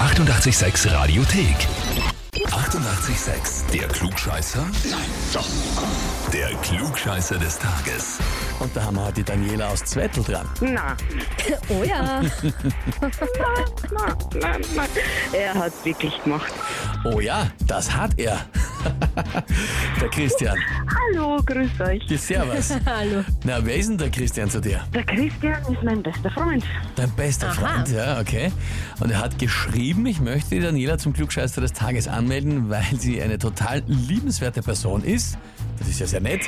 886 Radiothek. 88,6. Der Klugscheißer? Nein, doch. Der Klugscheißer des Tages. Und da haben wir heute die Daniela aus Zwettl dran. Na, Oh ja, na, na, na. Er hat wirklich gemacht. Oh ja, das hat er. der Christian. Hallo, grüß euch. Die Servus. hallo. Na, wer ist denn der Christian zu dir? Der Christian ist mein bester Freund. Dein bester Freund, ja, okay. Und er hat geschrieben, ich möchte die Daniela zum Klugscheißer des Tages anmelden, weil sie eine total liebenswerte Person ist. Das ist ja sehr nett.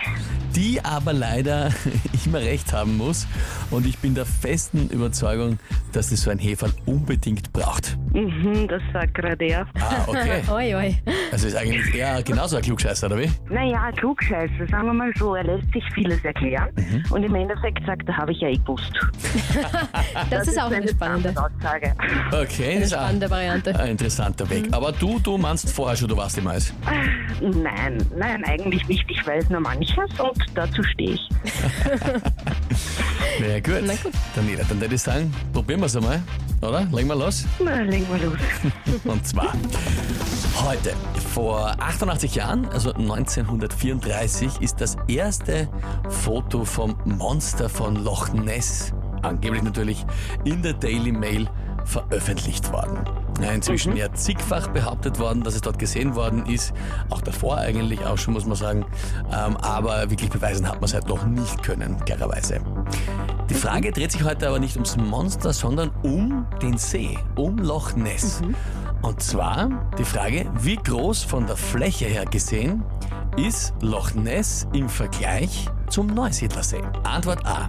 Die aber leider immer recht haben muss. Und ich bin der festen Überzeugung, dass sie so ein Heferl unbedingt braucht. Mhm, das sagt gerade er. Ah, okay. Oi, oi. Also ist eigentlich eher genauso ein Klugscheißer, oder wie? Naja, Klugscheiße, sagen wir mal so, er lässt sich vieles erklären. Und im Endeffekt sagt er, habe ich ja eh gewusst. Das, ist auch eine spannende, Aussage. Okay, eine das ist ein, spannende Mhm. Variante. ein interessanter Weg. Aber du, du meinst vorher schon, du warst im Eis. Nein, nein, eigentlich nicht. Ich weiß nur manches und dazu stehe ich. Na gut. Na gut. Daniela, dann würde ich sagen, probieren wir es einmal, oder? Legen wir los. Na, legen wir los. Und zwar heute, vor 88 Jahren, also 1934, ist das erste Foto vom Monster von Loch Ness, angeblich natürlich, in der Daily Mail veröffentlicht worden. Ja, Inzwischen ja zigfach behauptet worden, dass es dort gesehen worden ist. Auch davor eigentlich auch schon, muss man sagen. Ähm, aber wirklich beweisen hat man es halt noch nicht können, klarerweise. Die Frage dreht sich heute aber nicht ums Monster, sondern um den See, um Loch Ness. Und zwar die Frage, wie groß von der Fläche her gesehen ist Loch Ness im Vergleich zum Neusiedlersee? Antwort A.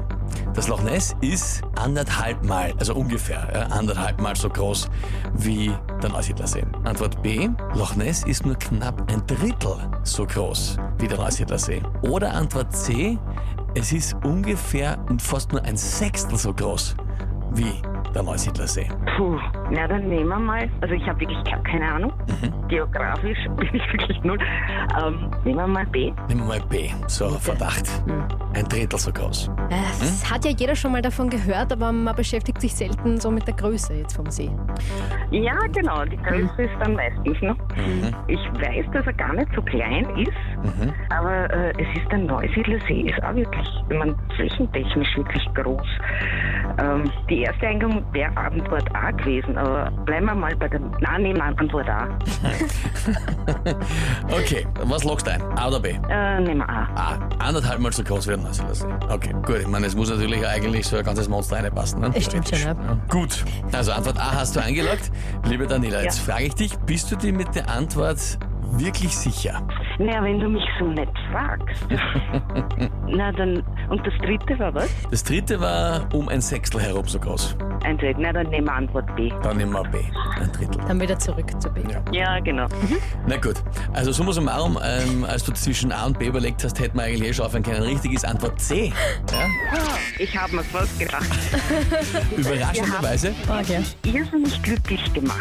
Das Loch Ness ist anderthalb Mal, also ungefähr ja, anderthalb Mal so groß wie der Neusiedlersee. Antwort B. Loch Ness ist nur knapp ein Drittel so groß wie der Neusiedlersee. Oder Antwort C. Es ist ungefähr und fast nur ein Sechstel so groß wie der Neusiedlersee. Puh, na dann nehmen wir mal, also ich habe wirklich ke- keine Ahnung, Mhm. geografisch bin ich wirklich null. Ähm, nehmen wir mal B. Nehmen wir mal B. So, Verdacht. Mhm. Ein Drittel so groß. Äh, Das hat ja jeder schon mal davon gehört, aber man beschäftigt sich selten so mit der Größe jetzt vom See. Ja, genau, die Größe ist dann meistens. Ne? Mhm. Ich weiß, dass er gar nicht so klein ist, aber äh, es ist ein Neusiedlersee, ist auch wirklich, ich meine, flächentechnisch wirklich groß. Ähm, die erste Eingang wäre Antwort A gewesen, aber bleiben wir mal bei der, na, nehmen wir Antwort A. Okay, was lockst du ein? A oder B? Äh, nehmen wir A. A. Anderthalb Mal so groß wie ein Neusiedlersee. Okay, gut. Ich meine, es muss natürlich eigentlich so ein ganzes Monster reinpassen. Ne? Es stimmt schon, ja. Gut. Also Antwort A hast du eingeloggt. Liebe Daniela, jetzt frage ich dich, bist du dir mit der Antwort wirklich sicher? Naja, wenn du mich so nett fragst. na dann, und das dritte war was? Das dritte war um ein Sechstel herum so groß. Ein Drittel, na dann nehmen wir Antwort B. Dann nehmen wir B. Ein Drittel. Dann wieder zurück zu B. Ja. Ja, genau. Na gut, also summa summarum, ähm, als du zwischen A und B überlegt hast, hätten wir eigentlich eh schon aufhören können. Richtig ist Antwort C. Ja? Ich habe mir fast gedacht. Überraschenderweise. Okay. Irrsinnig glücklich gemacht.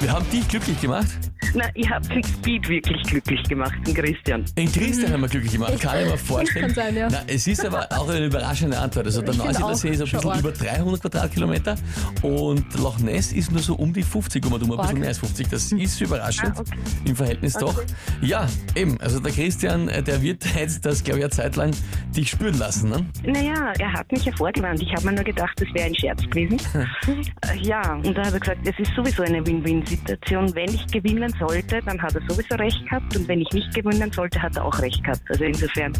Wir haben dich glücklich gemacht. Na, ihr habt den Speed wirklich glücklich gemacht, den Christian. In Dresden haben wir glücklich gemacht, kann ich mir vorstellen. Mhm. Kann sein, ja. Na, es ist aber auch eine überraschende Antwort. Also der Ich find Neusiedler auch See ist ein schon bisschen arg. über 300 Quadratkilometer und Loch Ness ist nur so um die 50, um und um, ein bisschen Arg. mehr als 50. Das ist überraschend Ah, okay. im Verhältnis doch. Ja, eben. Also der Christian, äh, der wird jetzt das, glaube ich, eine Zeit lang dich spüren lassen. Ne? Naja, er hat mich ja vorgewarnt. Ich habe mir nur gedacht, das wäre ein Scherz gewesen. Äh, ja, und da habe ich gesagt, es ist sowieso eine Win-Win-Situation. Wenn ich gewinnen sollte, dann hat er sowieso recht gehabt. Und wenn ich nicht gewinnen sollte, hat er auch recht gehabt. Also insofern,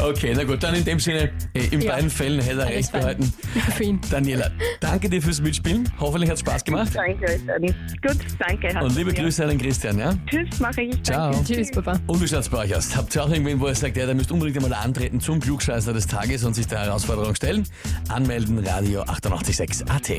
Okay, na gut, dann in dem Sinne, äh, in Ja. beiden Fällen hätte er recht fein. behalten. Für ihn. Daniela, danke dir fürs Mitspielen. Hoffentlich hat Spaß gemacht. danke euch dann. Gut, danke. hat Und liebe mir- Grüße an den Christian, ja? Tschüss, mache ich. Ciao. Danke. Tschüss, Papa. Und wie schaut's bei euch aus? Habt ihr auch irgendwen, wo ihr sagt, ja, der müsst unbedingt einmal antreten zum Klugscheißer des Tages und sich der Herausforderung stellen? Anmelden, Radio 886 AT.